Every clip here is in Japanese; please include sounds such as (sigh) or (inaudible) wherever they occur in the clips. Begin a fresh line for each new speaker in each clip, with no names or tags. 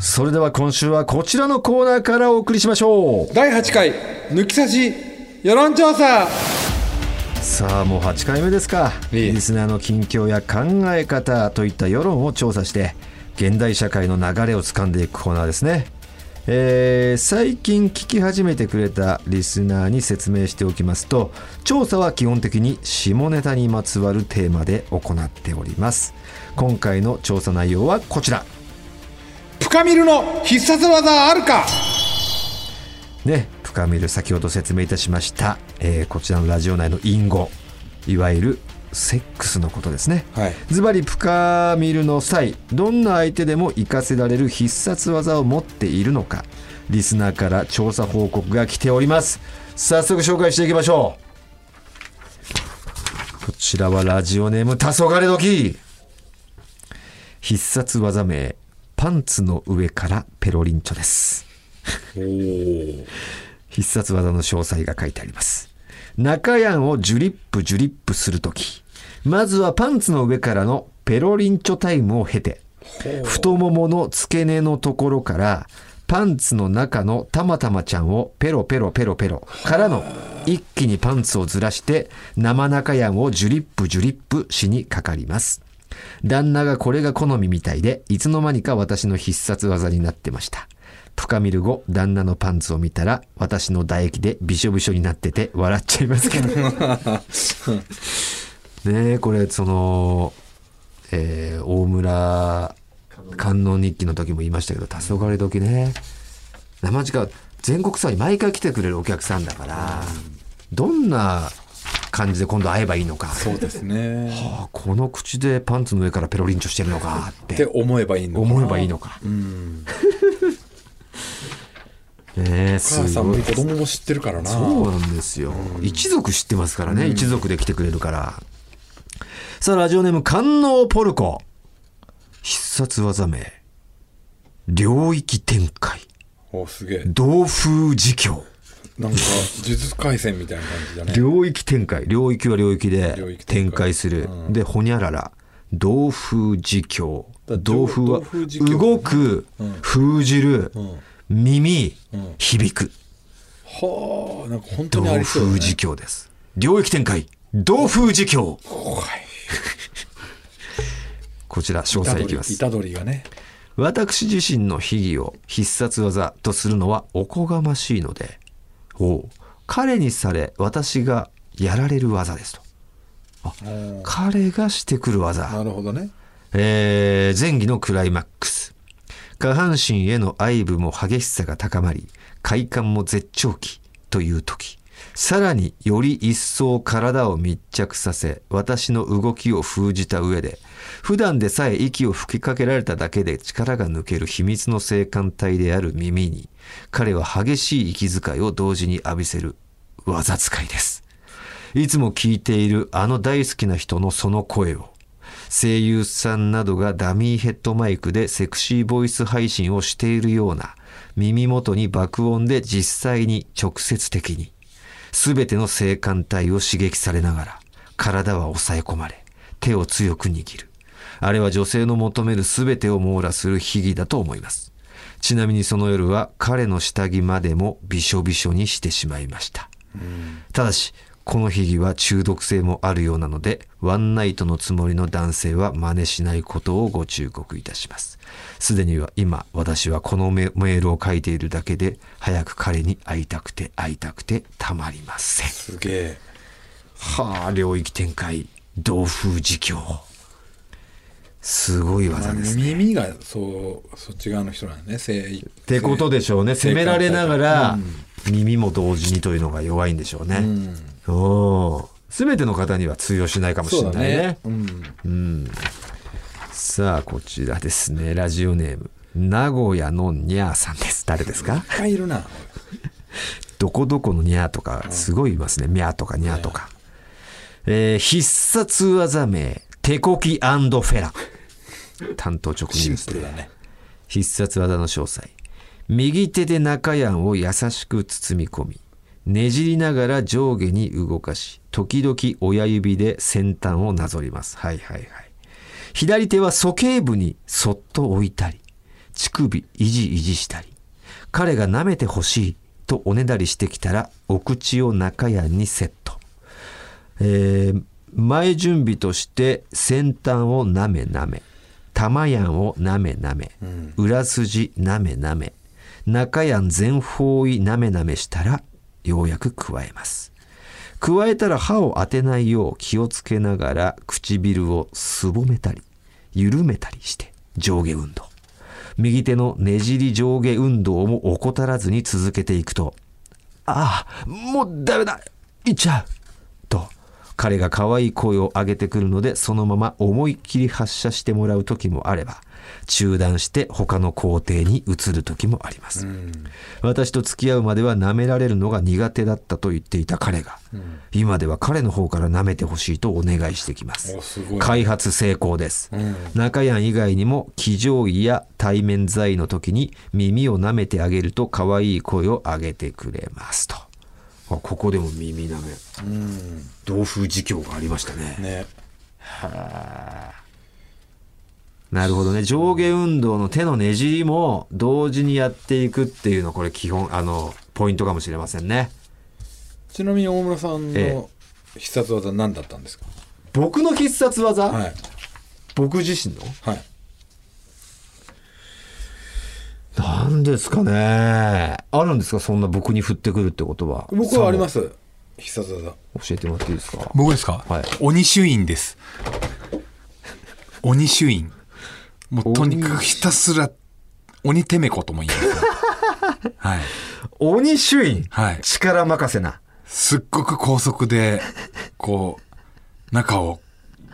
それでは今週はこちらのコーナーからお送りしましょう
第8回抜き差し世論調査
さあもう8回目ですか
ええ
リスナーの近況や考え方といった世論を調査して現代社会の流れをつかんでいくコーナーですね、えー最近聞き始めてくれたリスナーに説明しておきますと調査は基本的に下ネタにまつわるテーマで行っております今回の調査内容はこちら
プカミルの必殺技あるか
ね、深める先ほど説明いたしました、えーこちらのラジオ内の隠語いわゆるセックスのことですね、
はい
ズバリプカミルの際どんな相手でも活かせられる必殺技を持っているのかリスナーから調査報告が来ております早速紹介していきましょうこちらはラジオネーム黄昏時必殺技名パンツの上からペロリンチョです必殺技の詳細が書いてあります。中やんをジュリップジュリップするとき、まずはパンツの上からのペロリンチョタイムを経て、太ももの付け根のところから、パンツの中のたまたまちゃんをペロペロペロペロからの一気にパンツをずらして生中やんをジュリップジュリップしにかかります。旦那がこれが好みみたいで、いつの間にか私の必殺技になってました。深見る後、旦那のパンツを見たら、私の唾液でびしょびしょになってて笑っちゃいますけど。ねえ、これ、その、えー大村観音日記の時も言いましたけど、黄昏時ね。生地か、全国祭毎回来てくれるお客さんだから、どんな感じで今度会えばいいのか。
そうですね
ああこの口でパンツの上からペロリンチョしてるのかっ
って
て
思えばいいのかな
思えばいいのか。 (laughs) ねえ
お母
す
さん
ご
も
い。
子供も知ってるからな
そうなんですよ。一族知ってますからね、一族で来てくれるから。さあ、ラジオネーム、官能ポルコ。必殺技名。領域展開。
おすげえ
同風自供。
なんか呪術廻戦みたいな感じだね
領域展開領域は領域
領
で
域展開
展開するでほにゃらら同風自供
だ
同風は
同風自供
動く封じる耳響く
はあなんか本当
同
にありそう
風
だね
自供です領域展開同風自供
怖い
(laughs) こちら詳細いきます
虎杖がね
私自身の秘技を必殺技とするのはおこがましいので、おう彼にされ私がやられる技ですと。あ彼がしてくる技。
なるほどね
えー前儀のクライマックス。下半身への愛撫も激しさが高まり、快感も絶頂期という時。さらにより一層体を密着させ、私の動きを封じた上で、普段でさえ息を吹きかけられただけで力が抜ける秘密の性感帯である耳に、彼は激しい息遣いを同時に浴びせる技使いです。いつも聞いているあの大好きな人のその声を、声優さんなどがダミーヘッドマイクでセクシーボイス配信をしているような、耳元に爆音で実際に直接的に、すべての性感帯を刺激されながら、体は抑え込まれ、手を強く握る。あれは女性の求めるすべてを網羅する秘技だと思います。ちなみにその夜は彼の下着までもびしょびしょにしてしまいました。ただし、この秘技は中毒性もあるようなので、ワンナイトのつもりの男性は真似しないことをご忠告いたします。すでには今、私はこのメメールを書いているだけで、早く彼に会いたくて会いたくてたまりません。
すげえ
はあ、領域展開、同風自供。すごい技ですね。
耳がそうそっち側の人なんだね性っ
ってことでしょうね
正
攻
解
められながら耳も同時にというのが弱いんでしょうね、うん、全ての方には通用しないかもしれ
そう
ない
だ
ね
ねうん
さあこちらですねラジオネーム名古屋のニャーさんです誰ですか
いっぱいいるな
どこどこのニャーとかすごいいますねミャーとかニャーとか、えー必殺技名手こきフェラ担当直入ですね
だね
必殺技の詳細右手で中やんを優しく包み込みねじりながら上下に動かし時々親指で先端をなぞりますはいはいはい左手は鼠径部にそっと置いたり乳首いじいじしたり、彼が舐めてほしいとおねだりしてきたら、お口を中屋にセット。えー前準備として先端をなめなめ玉やんをなめなめ、裏筋なめなめ中やん全方位なめなめしたらようやく加えます加えたら歯を当てないよう気をつけながら唇をすぼめたり緩めたりして上下運動右手のねじり上下運動も怠らずに続けていくとああ、もうダメだ行っちゃうと、彼が可愛い声を上げてくるので、そのまま思いっきり発射してもらう時もあれば、中断して他の工程に移る時もあります。私と付き合うまでは舐められるのが苦手だったと言っていた彼が、今では彼の方から舐めてほしいとお願いしてきます。
おすごい
開発成功です、中やん以外にも騎乗位や対面在の時に耳を舐めてあげると可愛い声を上げてくれますとあここでも耳舐め同風自供がありましたね
ね
なるほどね上下運動の手のねじりも同時にやっていくっていうのこれ基本あのポイントかもしれませんね
ちなみに大村さん
え
の必殺技何だったんですか
僕の必殺技、
はい
僕自身の
はい
何ですかねあるんですかそんな僕に振ってくるってことは
僕はありますす必殺技
教えてもらっていいですか
僕ですか、
はい
鬼朱印です。鬼朱印。もうとにかくひたすら、鬼てめことも言います、ね。はい。
鬼朱印、
はい
力任せな
すっごく高速で、こう、中を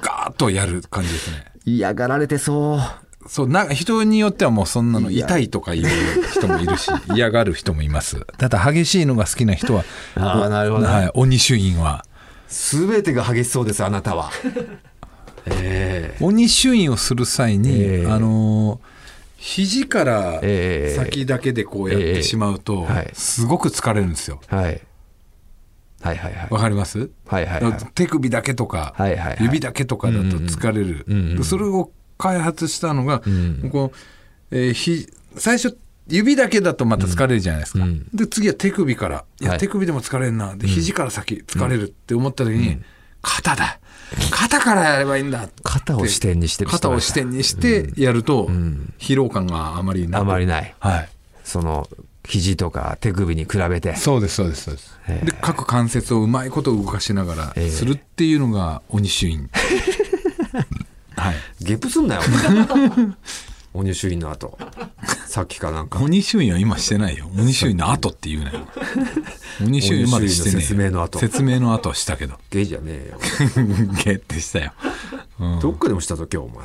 ガーッとやる感じですね。
嫌がられてそう
そう、な、人によってはもうそんなの
いや
痛いとか言う人もいるし、嫌がる人もいます。ただ激しいのが好きな人は、
ああなるほどね
はい、鬼朱印は。
全てが激しそうですあなたは (laughs) え
鬼朱印をする際に、
ええ
あのー肘から
ええ
先だけでこうやっ
ええ
てしまうと、
はい
すごく疲れるんですよ。
えはい、はいはいはい
わかります、
はいはいはい
だから手首だけとか、
はいはいはい
指だけとかだと疲れる、
うんうんうん
でそれを開発したのが、
ん
こうえーひ最初指だけだとまた疲れるじゃないですか、
うん
で次は手首からいや、
はい
手首でも疲れるなで肘から先疲れるって思った時に、肩だ肩からやればいいんだって
肩を支点にしてる
肩を支点にしてやると、疲労感があまりなく
あまりない
はい
その肘とか手首に比べて
そうですそうですそうです、
ええ
で各関節をうまいこと動かしなが
ええ
らするっていうのが鬼朱
(laughs)
印はい
ゲップすんな (laughs) よ鬼朱印の後さっきかなんか
鬼朱印は今してないよ鬼朱印の後って言うなよ鬼朱印までしてね
鬼朱印
えよ
の説明の後
説明の後はした
(laughs)
けど
ゲイじゃねえよ
ゲーってしたよ
どっかでもしたぞ今日お前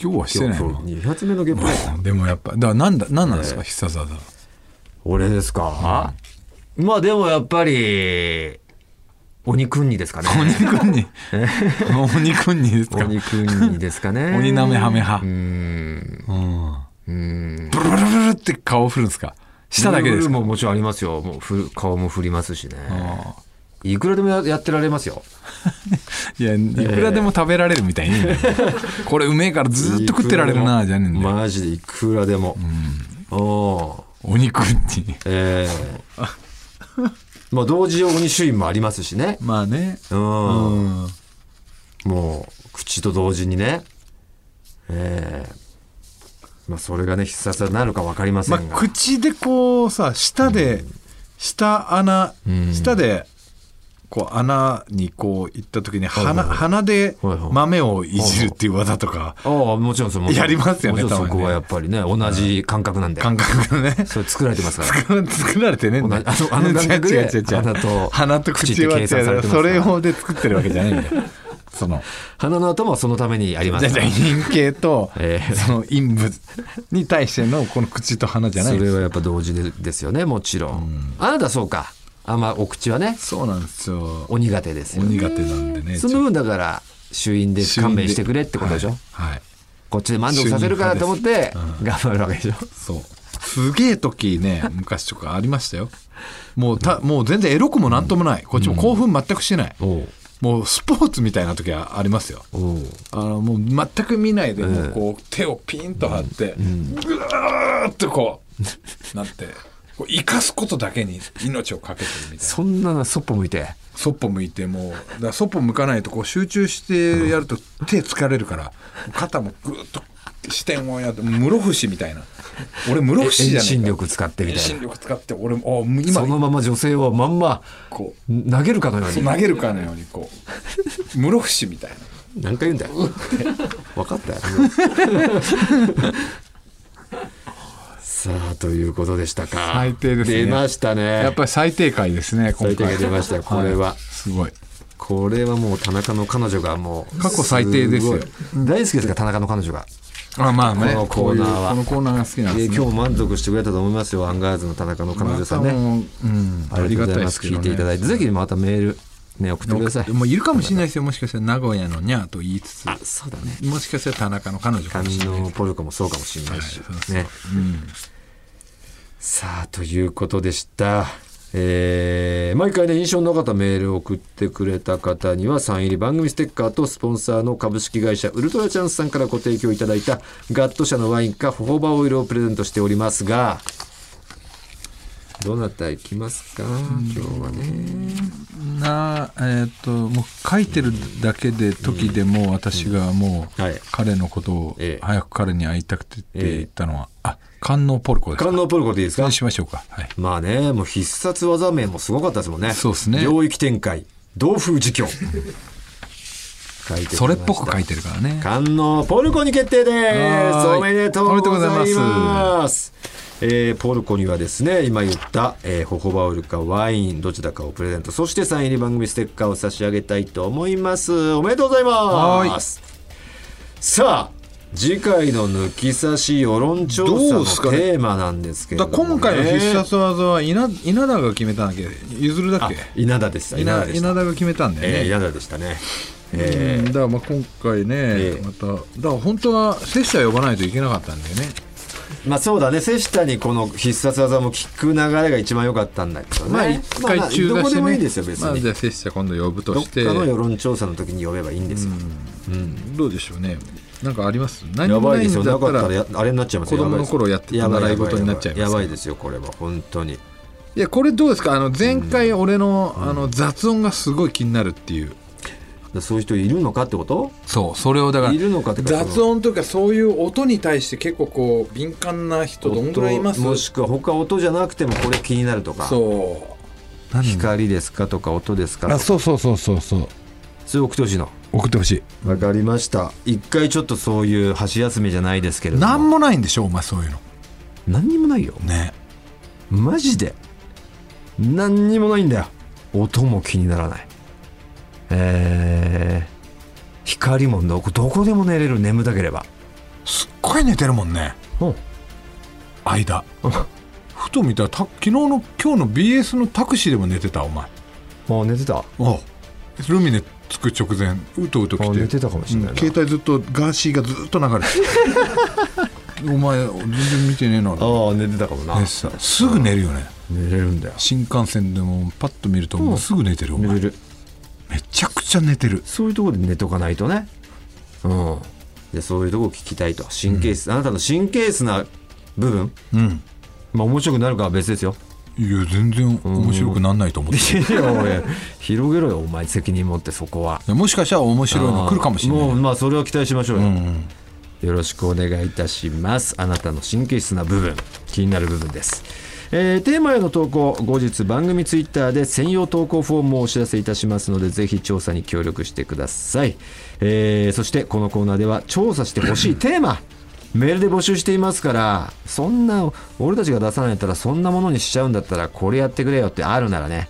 今日はしてない
今
の
日2発目のゲップだよ
でもやっぱだからなんだなんなんですか、必殺技
俺ですか、まあでもやっぱり鬼くんにですかね
鬼くんに鬼くんにですか
鬼くんにですかね
(laughs) 鬼なめはめは
うーん
ブルブルブルブルって顔を振るんですかしただけで
ル
す
ール
か
ももちろんありますよもう振る顔も振りますしねいくらでもややってられますよ
いやいくらでも食べられるみたいに言うなよこれうめえからずっと食ってられるなじゃねえんだよ
マジでいくらでも、おー
お肉に
ええ
(laughs)
まあ同時用に朱印もありますしね
まあね
うん
うん
もう口と同時にねええまあそれがね必殺技なのか分かりませ
まあ
んが、
口でこうさ舌で舌穴舌でこう穴にこう行った時に鼻
はいはい
鼻で
はいはい
豆をいじるっていう技とか
ああもちろんその
やりますよね
もちろんそ
多分
こ
ね
はやっぱりね同じ感覚なんで、
感覚がね
それ作られてますから
(laughs) 作られてねえんだよ
あのあの感覚で
違う違う違う違う
鼻と
鼻と口は違
口って計算され
う
てますか
そ
ら
れ用で作ってるわけじゃないんだ
(laughs)
よその
鼻の頭はそのためにありま
じゃ
す
あ
か
じゃ
ら
あ陰茎と
ええ
その陰部に対してのこの口と鼻じゃない
そ
で
れ
す
はやっぱ同時でですよねもちろん、あなたそうかあんまお口はね
そうなんですよ
お苦手です
お
よね
苦手なんでね
その分だから衆院で
ちょっと
勘弁してくれってことでしょ、
はい、はい
こっちで満足させるからと思って頑張るわけでしょ
そうすげえ時ね
(laughs)
昔とかありましたよもうたもう全然エロくもなんともないこっちも興奮全くしてない、
おう
もうスポーツみたいな時はありますよ
おう
あのもう全く見ないでもうこう手をピンと張ってぐーっとこうなってこう生かすことだけに命をかけてるみたいな
そんななそっぽ向いて
そっぽ向いてもうだからそっぽ向かないとこう集中してやると手疲れるから肩もぐーっと視点をやって室伏みたいな俺室伏じゃ
遠
ない
心
か
力使ってみ
遠
たい
心
な
力使って俺もあ今
そのまま女性はまんま
こう
投げるかのよう
投
に
げるかのようにこう室伏みたいな
何回言うんだよ
(laughs)
分かったよさあということでしたか
最低ですね
出ましたね
やっぱり最低回ですね今回
最低が出ましたよこれはい
すごい
これはもう田中の彼女がもう
過去最低ですよ
ごい大好きですか田中の彼女が、
あまあ
こ
ね
のコーナーは
こういうこのコーナーが好きなん
え
で
ー
すね
今日満足してくれたと思いますよアンガールズの田中の彼女さんね、
またもううん
ありがとうございます。聞いていただいて、ぜひまたメール、ね、送ってください。
もういるかもしれないですよもしかしたら名古屋のにゃーと言いつつ
そうだね。
もしかしたら田中の彼女かもしれない
のポルコもそうかもしれないし
はいそう。
ね。さあ、ということでした。えー毎回ね、印象のなかったメールを送ってくれた方には、サイン入り番組ステッカーとスポンサーの株式会社ウルトラチャンスさんからご提供いただいた、ガット社のワインか、ホホバオイルをプレゼントしておりますが、どなた行きますか今日はね。
なえーっともう書いてるだけで時でもう私がもう
はい
彼のことを
ええ
早く彼に会いたくてって
ええ
言ったのはあ観音ポルコですか
観音ポルコでいいです
そ
か
うしましょうかはい
まあね、もう必殺技名もすごかったですもんね。
そうですね
領域展開、同風自供。書いてきました
(laughs) それっぽく書いてるからね
観音ポルコに決定です
はーい
おめでとうござい
おめでとうござ
ますえーポルコにはですね今言った、えーホホバウルかワインどちらかをプレゼントそしてサイン入り番組ステッカーを差し上げたいと思いますおめでとうございますさあ次回の抜き差し世論調査
ど
の
うすかね
テーマなんですけれ
だ
ど
から
も、ね、
今回の必殺技は稲稲田が決めたんだっけ譲るだっ
あ
け
稲田でした稲田
稲
で
稲
した
田が決めたんだよ
えー
ね、
稲田でしたね、え
うんだからまあ今回ね、
え
まただから本当は拙者呼ばないといけなかったんだよね
ーまあそうだね瀬下にこの必殺技も聞く流れが一番良かったんだけどね
まあ一回
まあ
中
ど
断
こ
し
で
てね、
もいいんですよ別
まあ、
に、
じゃあ拙者今度呼ぶと
どっ
して
かの世論調査の時に呼べばいいんですよ、
どうでしょうねなんかあります何
や
も
ば
ない
で
いん
すよ
だ
な
った
からったらやあれになっちゃいます
子供の頃やってた習い事になっちゃいますよ
やばやばいですよこれは本当に
いやこれどうですかあの前回俺の,、あの雑音がすごい気になるっていう
そういう人いるのかってこと
そうそれをだから
いるのかってか
雑音というかそういう音に対して結構こう敏感な人どんぐらいいます
音もしくは他音じゃなくてもこれ気になるとか
そう何
光ですかとか音ですかと
あ
か
そうそうそうそうそう
それ送ってほしいの
送ってほし
わかりました一回ちょっとそういう箸休めじゃないですけれ
い
ども
何もないんでしょお前そういうの
何にもないよ
ね
マジで何にもないんだよ音も気にならないえー、光もどこどこでも寝れる眠たければ
すっごい寝てるもんね
うん (laughs)
間ふと見たらた昨日の今日の BS のタクシーでも寝てたお前
あ寝てたあ
おルミネ着く直前うとうと来て
寝てたかもしれな
う
い
ん
な、
携帯ずっとガーシーがずっと流れて
(laughs)
るお前全然見てねえな
ああ寝てたかもな
寝てたすぐ寝るよね
寝れるんだよ
新幹線でもパッと見るともうすぐ寝てるお
寝
前
れ
め
る
ちゃくちゃ寝てる
そういうところで寝とかないとねうんでそういうとこ聞きたいと神経質、あなたの神経質な部分
うん
まあ面白くなるかは別ですよ
いや全然面白くなんないと思っ
(laughs)
て
いやおい広げろよお前責任持ってそこは
るもしかしたら面白いの来るかもしれな
あーう
い
まあそれは期待しましょうよ、
うん
よろしくお願いいたしますあなたの神経質な部分気になる部分ですえーテーマへの投稿後日番組ツイッターで専用投稿フォームをお知らせいたしますのでぜひ調査に協力してください、えーそしてこのコーナーでは調査してほしいテーマメールで募集していますからそんな俺たちが出さないんだったらそんなものにしちゃうんだったらこれやってくれよってあるならね、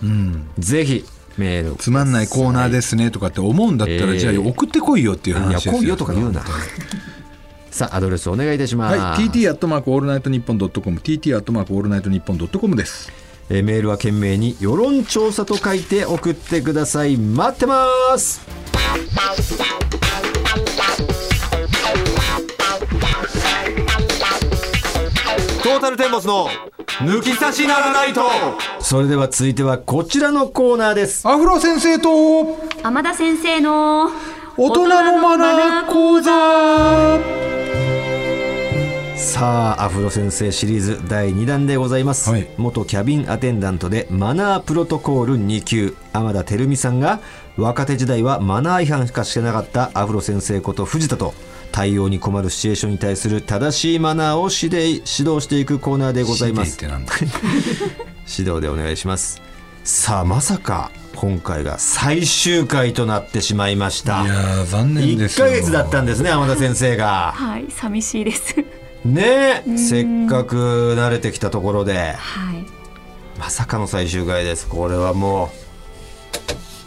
ぜひメールを
つまんないコーナーですねとかって思うんだった
え
ら
え
じゃあ送ってこいよっていう
いや
話ですよ
来いよとか言うなさあアドレスお願いいたします、
はい TT アットマークオールナイトニッポンドットコム TT アットマークオールナイトニッポンドットコムです
えーメールは懸命に世論調査と書いて送ってください待ってますトータルテンボスの抜き差しならないとそれでは続いてはこちらのコーナーです
アフロ先生と
天田先生の
大人のマナー講座
さあアフロ先生シリーズ第2弾でございます、
はい
元キャビンアテンダントでマナープロトコール2級天田照美さんが若手時代はマナー違反しかしてなかったアフロ先生こと藤田と対応に困るシチュエーションに対する正しいマナーを指導指導していくコーナーでございま
シ
す
ティってなんだ
指導でお願いしますさあまさか今回が最終回となってしまいました
いやー残念で
1
すよ
ヶ月だったんですね天田先生が
はい寂しいです
ねえせっかく慣れてきたところで
はい
まさかの最終回ですこれはもう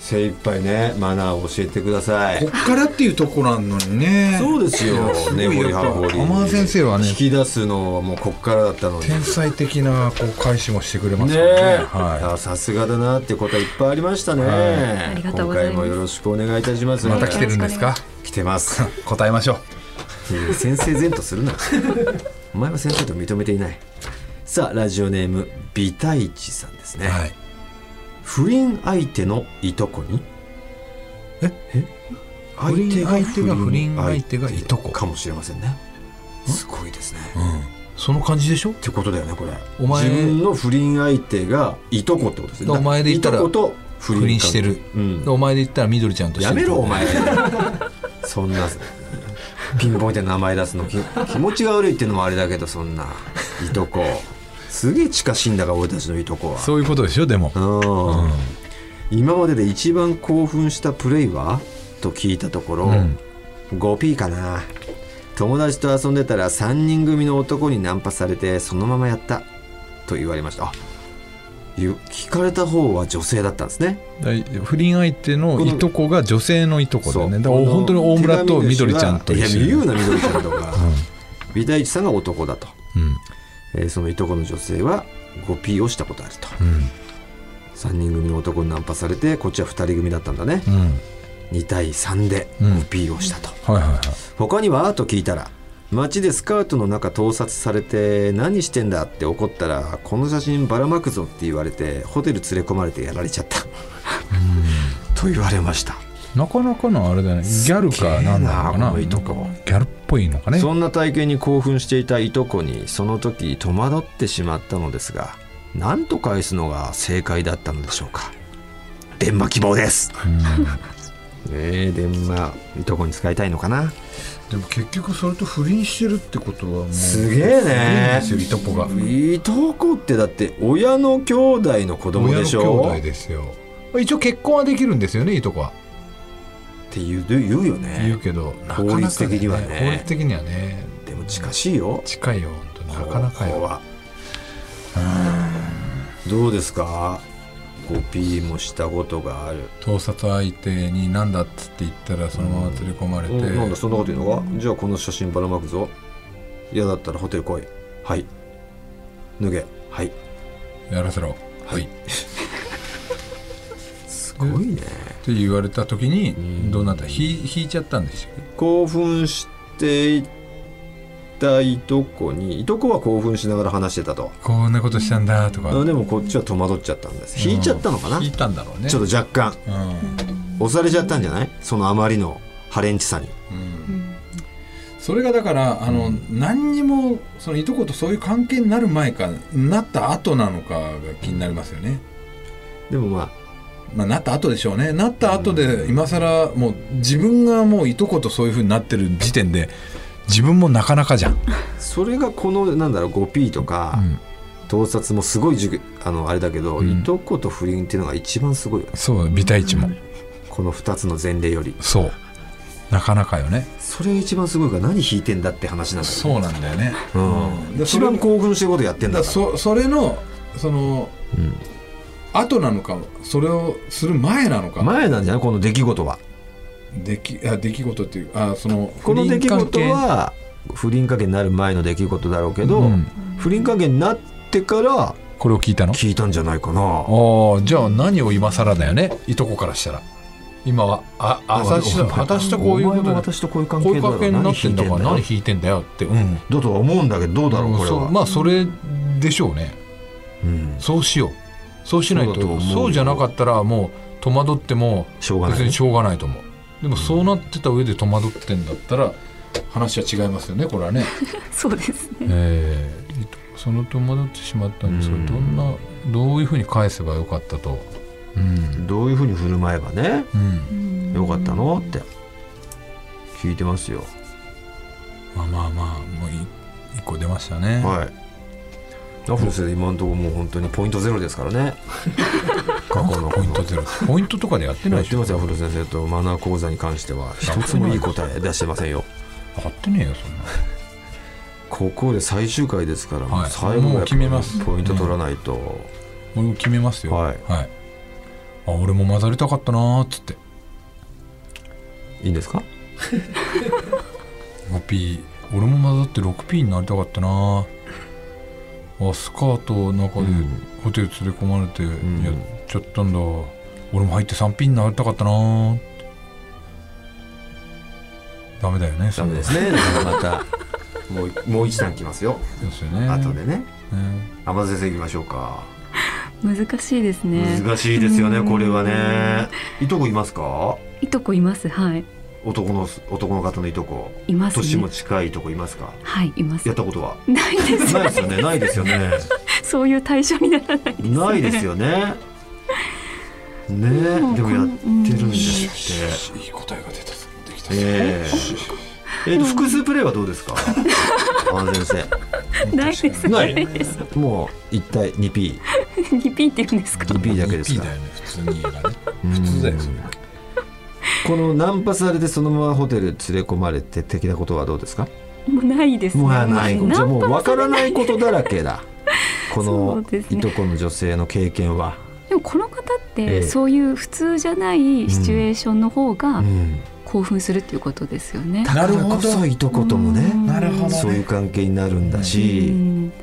精一杯ねマナーを教えてくださ
こ
い
っからっていうところあんのにね
そうですよねほりはほり
天野先生はね
引き出すのはもうこっからだったのに
天才的なこう返しもしてくれます
ね
よね
え、
は
あさすがだなっていうことはいっぱいありましたね、
いありがとうございます
今回もよろしくお願いいたします
い、また来てるんですか
来てます
答えましょう
いや先生前とするなお前は先生と認めていないさあラジオネームビタイチさんですね、
はい
不倫相手のいとこに
え
相手が
不倫相手が不倫相手がいとこ
かもしれませんねすごいですねっ
その感じでしょ
てことだよねこれ
お前
自分の不倫相手がいとこってことですね
お前で言ったら
いとこと不
不倫
倫関係
してる、
うん
でお前で言ったらみどりちゃんとして
や
る
めろお前 (laughs) そんなピンポイントで名前出すのき気持ちが悪いっていうのもあれだけどそんないとこすげえ近しいんだから俺たちのいとこは
そういうことでしょでも
うん今までで一番興奮したプレイはと聞いたところ、
ん
5P かな友達と遊んでたら3人組の男にナンパされてそのままやったと言われましたあゆ聞かれた方は女性だったんですね
だい不倫相手のいとこが女性のいとこだよねだから
この
本当に大村とみどりちゃんと
手
一
紙主がいや言
緒
う
に
なみどりちゃんとか、美大一さんが男だと、えーそのいとこの女性は 5P をしたことあると、3人組の男にナンパされてこっちは2人組だったんだね、
うんうん
2対3で
うん
5P をしたと、
はいはいはい
他にはと聞いたら街でスカートの中盗撮されて何してんだって怒ったらこの写真ばらまくぞって言われてホテル連れ込まれてやられちゃった (laughs) と言われました
なかなかのあれだねギャルかなんだろうかな
すげえなこのいとこ
ギャルっぽいのかね
そんな体験に興奮していたいとこにその時戸惑ってしまったのですが何と返すのが正解だったのでしょうか電話希望です、えー、電話いとこに使いたいのかな
でも結局それと不倫してるってことはもう
すげえね
すごいんですよいとこが
いとこってだって親の兄弟の子供
親
で
の
し
兄
ょ
弟ですよ一応結婚はできるんですよねいとこは
って言う言うよ
言う
ね
けどなかなかね
法律的にはね
法律的にはね
でも近しいよ
近いよ本当になかなか
ここ
よ
はどうですかコピーもしたことがある
盗撮相手に何だっつって言ったらそのまま連れ込まれて、
うんなんだそんなこと言うのかじゃあこの写真ばらまくぞ嫌だったらホテル来いはい脱げはい
やらせろはいっ
(laughs) すごいね
て言われた時にどうなったひ引いちゃったんですよ
興奮していたいとこにいとこは興奮しながら話してたと
こんなことしたんだとか
あでもこっちは戸惑っちゃったんです引いちゃったのかな、
引い
ち
たんだろうね
ょっと若干
うん
押されちゃったんじゃないそのあまりのハレンチさに
それがだからあの、何にもそのいとことそういう関係になる前かなった後なのかが気になりますよね、
でもまあ
まあ、なった後でしょうねなった後で今更もう自分がもういとことそういうふうになってる時点で自分もなかなかじゃん、
それがこのなんだろう 5P とか、
うん
盗撮もすごいじゅあのあれだけど、
ん
いとこと不倫っていうのが一番すごいよね
そう美太一も
この2つの前例より
そうなかなかよね
それが一番すごいから何弾いてんだって話なんだよ
そうなんだよね、
うん
で
一
それ
番興奮してることやってんだ
だ
から
そそれのその、後なのかそれをする前なのか
前なんじゃないこの出来事は
出来あ出来事っていうあその
この出来
不倫関
事
係
は不倫関係になる前の出来事だろうけど、
うん
不倫関係になってから
これを聞いたの
聞いたんじゃないかな
ああじゃあ何を今更だよねいとこからしたら今はあ私と私とこういうこ
お前
と
も
で
私とこういう関
こう
係
いう
だ
関係になってんだから
何
何
引いてんだよ
引いてんだよってうん
だとは思うんだけどどうだろうこれ
そ
は
うまあそれでしょうね
うん
そうしようそうしない
そうだと
と
思うよ
そうじゃなかったらもう戸惑っても
しょうがない
別にしょうがないと思うでもそうなってた上で戸惑ってんだったら話は違いますよねこ
(laughs)
れはね、
そうですね。
えーその戸惑ってしまったんですが、
うん
どんなどういうふうに返せばよかったとうん
どういうふうに振る舞えばね
うん
うん
よかったのって聞いてますよ
まあまあまあもうい一個出ましたね、
はいアフロスで今のところもう本当にポイントゼロですから
(laughs)
ね過去の
ポイントゼロポイントとかでやってない
やっ (laughs)
でしてょ
ますよアフロ先生とマナー講座に関しては一つもいい答え出してませんよ
やってねえよそんな
ここで最終回ですから、
はい
最後
もう
は
決めます
ポイント取らないと、
俺も決めますよ
はい
あ俺も混ざりたかったなーっつって
いいんですか
5P 俺も混ざって 6P になりたかったなあスカートの中で
うん
ホテル連れ込まれてや
ん
っちゃったんだ、俺も入って 3P になりたかったなダメだよね
ダメですすねだ
(laughs)
からまたもうもう一段きますよ、
ですよね
後でね
ね
天達先生いきましょうか、
難しいですね。
難しいですよねこれはねいとこいますか
いとこいます。はい。
男の男の方のいとこ
いますね
年も近いとこいますか
はい、います
やっ。たことは
ないです。
ないですよねないですよね
そういう対象にならないです、ね。
ないですよねねえでもやってるんですって
いい答えが出たできた
えええっと複数プレイはどうですか安先
ないです。
生
な
ないい
です。
もう一体 2P
リピって言うんですか。
2P だけですか
2P だよね普通に映画ね
うん
普通だよそれ
このナンパされてそのままホテル連れ込まれて的なことはどうですか
もうないです、ね。
もうないじゃあもう
ナンパ
分からないことだらけだこ
そう
の
ですね
いとこの女性の経験は、
でもこの方っ
ええ
てそういう普通じゃないシチュエーションの方
う
が
ん、
興奮するっていうことですよね。
だからこそいとこともね
なるほど
そういう関係になるんだ
う
し、
んだ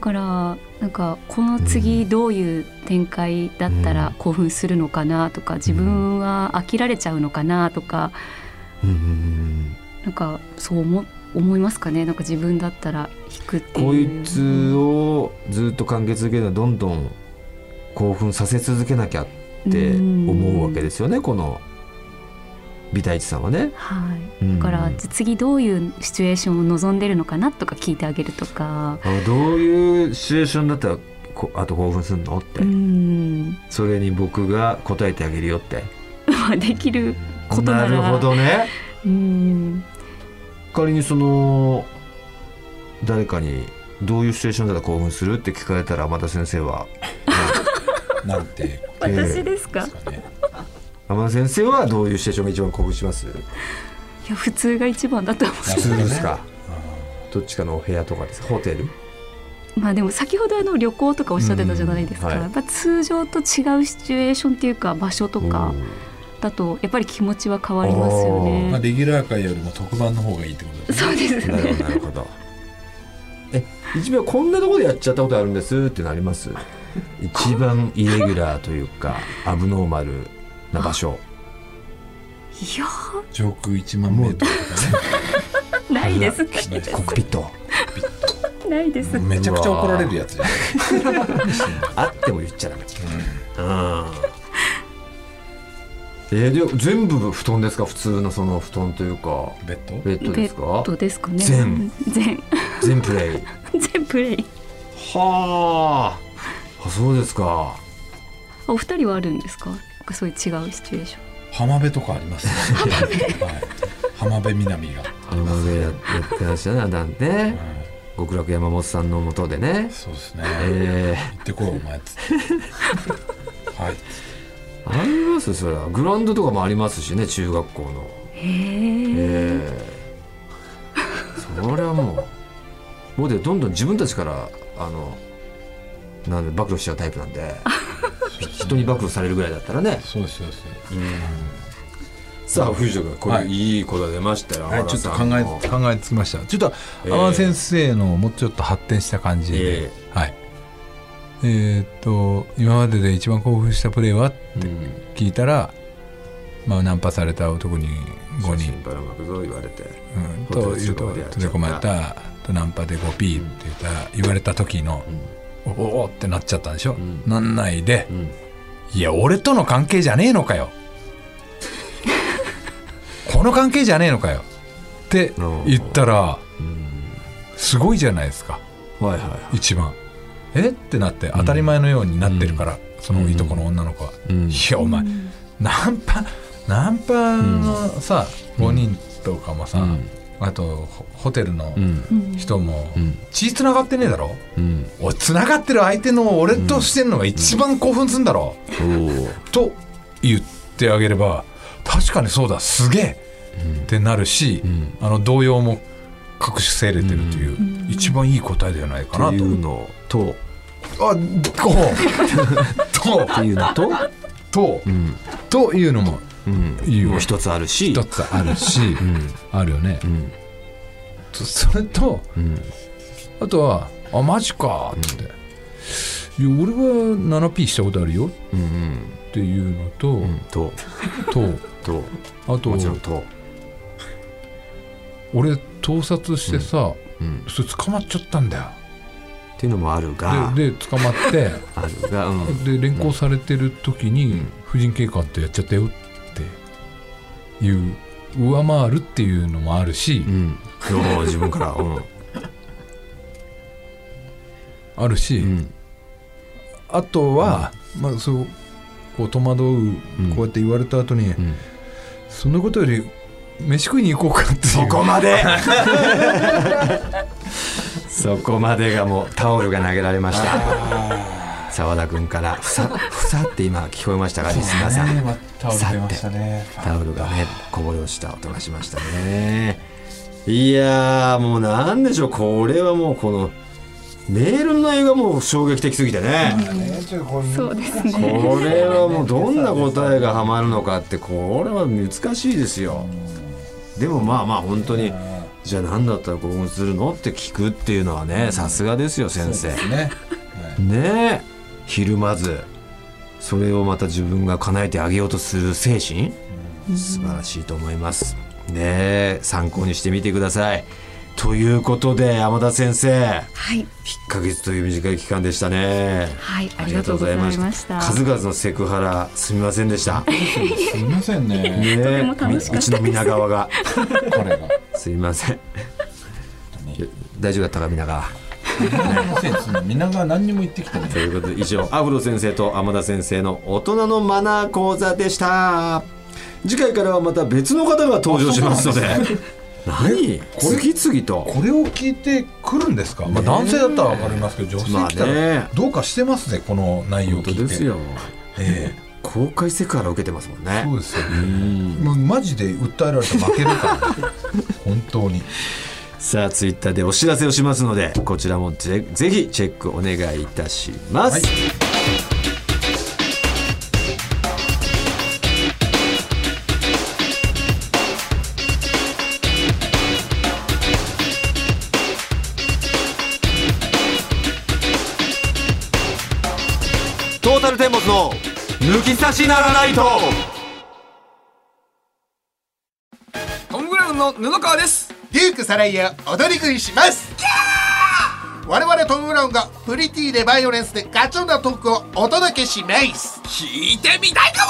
からなんかこの次どういう展開だった
う
ら
ん
興奮するのかなとか自分は飽きられちゃうのかなとか
うんうんうん
なんかそう思思いますかねなんか自分だったら引くって
こ
いう
いつをずっと関係続けるのはどんどん興奮させ続けなきゃって思うわけですよねこの美太一さんはね。
は
う
い、
ん
だから次どういうシチュエーションを望んでるのかなとか聞いてあげるとか、
あどういうシチュエーションだったらこあと興奮するのって、
うん、
それに僕が答えてあげるよって。
まあ (laughs) できることなら
るほどね。
うん
仮にその誰かにどういうシチュエーションだったら興奮するって聞かれたら天田先生は
なんて
私ですか、
ですかね
天田先生はどういうシチュエーションが一番興奮します
いや普通が一番だと思
普通ですかどっちかのお部屋とかですホテル
うまあでも先ほどあの旅行とかおっしゃってたじゃないですか、
うんはい
やっぱ通常と違うシチュエーションっていうか場所とかだとやっぱり気持ちは変わりますよ
う
まあ
ね。
レギュラー界よりも特番の方がいいってことですね
そうです
うんなる
ね
ほどなるほど (laughs) え一番こんなところでやっちゃったことあるんですってなります (laughs) 一番イレギュラーというかアブノーマルな場所
いや
上空1万メートルとかね
(laughs) ないです
コックピット
ないです。
めちゃくちゃ怒られるやつじゃん
あっても言っちゃダメ (laughs) えー、で全部布団ですか普通のその布団というか
ベッド
ベッド
ベ
です
ッ
か
ドですかね。
全
全 (laughs)
全プレイ
全プレイ。
はああそうですか
お二人はあるんですか。なんかそういう違うシチュエーション。
浜辺とかあります、ね、はい浜辺南が、
浜辺やってらっしゃるなだん
う
で
ん
極楽山本さんのもとでね
そうですね、
え
行ってこいお前っつっては
ー、
い
ありますそれはグラウンドとかもありますしね中学校の
へえ。
ええそれはもうもうでどんどん自分たちからあのなんで暴露しちゃうタイプなんで人に暴露されるぐらいだったらね
そうですそうです
さあ藤田君これ、
はい
い、い答え出ましたよ、
はいちょっと考え
て
考えつきましたちょっと
えー
阿波先生のもうちょっと発展した感じで、
え
はいえーっと今までで一番興奮したプレーはって聞いたら、まあナンパされた男に5人
心配をまくぞ言われて
うん、
ホテル
というと
でやっちゃった
閉じ込まれたとナンパで 5P って言った、言われた時の、おおーってなっちゃったんでしょ、
ん
なんないで、
うん
いや俺との関係じゃねえのか
(laughs)
よこの関係じゃねえのかよって言ったらすごいじゃないですか
はいは
一番えってなって当たり前のようになってるから、そのいとこの女の子は、
ん
いやお前、ナンパナンパのさ、5人とかもさ、
ん
あとホホテルの
ん
人も、
ん
血つながってねえだろ
い。うん。
おいつながってる相手の俺としてんのが一番興奮すんだろ、
おお。
と言ってあげれば確かにそうだすげえ、ってなるし、
ん
あの動揺も各種せれてるという、一番いい答えではないかな
と
と
いうのと、
あこう
というのと、
とと、
ん
というのも
うん。
いいよ
もう一つあるし、
一つあるし、あるよね、
ん
とそれと
うん。
あとは「あマジか」って、いや俺は 7P したことあるよ」
うんうん。
っていうのと、
うん。と、
と
と、
あと
もちろんと。
俺盗撮してさ、
うん。
それ捕まっちゃったんだよ
っていうのもあるが、
でで捕まって
あるが、うん。
で連行されてる時に婦人警官とやっちゃったよっていう上回るっていうのもあるし、
うん。おお自分から、うん。
あるし、
うん。
あとは、まあそうこう戸惑うこうやって言われた後に、
ん
そんなことより飯食いに行こうかっていう
そこまでそこまでがもうタオルが投げられました澤田君からふさふさって今聞こえましたかリスナーさん、
タオル出ましたね
タオルがねこぼれ落ちた音がしましたねいやーもうなんでしょうこれはもうこのメールの内容がもう衝撃的すぎてね、
そうですね
これはもうどんな答えがはまるのかってこれは難しいですよでもまあまあ本当にじゃあ何だったら興奮するのって聞くっていうのはねさすがですよ先生
ね
ねえひるまずそれをまた自分が叶えてあげようとする精神素晴らしいと思いますねえ参考にしてみてくださいということで山田先生
はい
1ヶ月という短い期間でしたね
はいありがとうございました
数々のセクハラすみませんでした
すみませんね
ねえ
(laughs) とても楽しかったです
うちの皆川が
これが
すいませ
(laughs)
ん大丈夫だったか皆川
皆が何にも言ってきてない
ということで以上アフロ先生と天田先生の大人のマナー講座でした次回からはまた別の方が登場しますの
(laughs)
で何
これ
次々と
これを聞いてくるんですか、ま
ね
あ、男性だったらわかりますけど女
まあ
性来た
ね
らどうかしてますねこの内容
本
を聞
当
いて
ですよ
え
公開セクハラ受けてますもん
えそう
ね
ですよねもうマジで訴えられたら負けるから、本当に
さあツイッターでお知らせをしますのでこちらもぜぜひチェックお願いいたします、
はい
トータルテンボスの抜き差しならないと
トム・ブラウンの布川です
デュークサライヤ踊り食いします我々トム・ブラウンがプリティでバイオレンスでガチョンなトークをお届けします
聞いてみたいか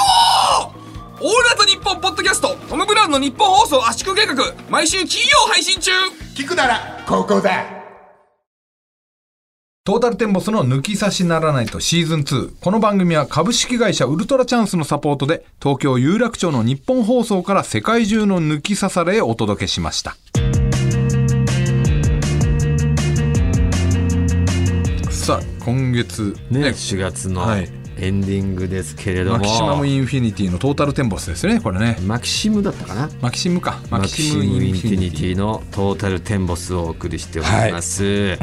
もオールナイトニッポンポッドキャストトム・ブラウンの日本放送圧縮計画毎週金曜配信中
聞くならここだ
トータルテンボスの抜き差しならないとシーズン2。この番組は株式会社ウルトラチャンスのサポートで東京有楽町の日本放送から世界中の抜き差されへお届けしました。さあ、今月、
ね4月の
はい
エンディングですけれども、
マキシマムインフィニティのトータルテンボスですね、これね。
マキシムだったかな
マキシムか。
マキシムインフィニテ
ィ。
ィのトータルテンボスをお送りしております、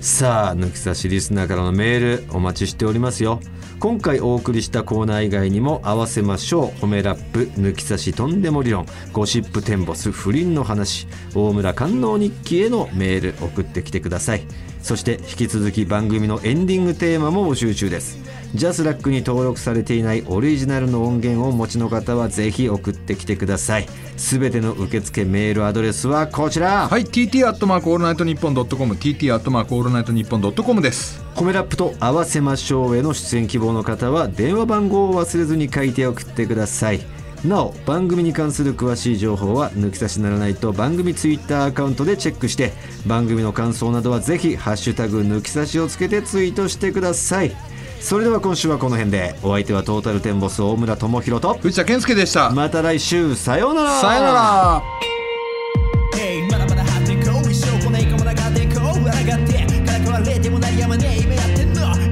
さあ抜き差しリスナーからのメールお待ちしておりますよ今回お送りしたコーナー以外にも合わせましょう褒めラップ抜き差しとんでも理論ゴシップテンボス不倫の話大村官能日記へのメール送ってきてくださいそして引き続き番組のエンディングテーマも募集中ですジャスラックに登録されていないオリジナルの音源をお持ちの方はぜひ送ってきてください全ての受付メールアドレスはこちら、
はい TT アットマークオールナイトニッポンドットコム TT アットマークオールナイトニッポンドットコムです
コメラップと合わせましょうへの出演希望の方は電話番号を忘れずに書いて送ってくださいなお番組に関する詳しい情報は抜き差しならないと番組ツイッターアカウントでチェックして番組の感想などはぜひ「ハッシュタグ抜き差し」をつけてツイートしてくださいそれでは今週はこの辺でお相手はトータルテンボス大村智広と
藤田健介でした
また来週さようなら
さよなら
Hey, まだまだ発展こう一生こねいかもながってこう抗ってから来られても悩まねえ今やってんの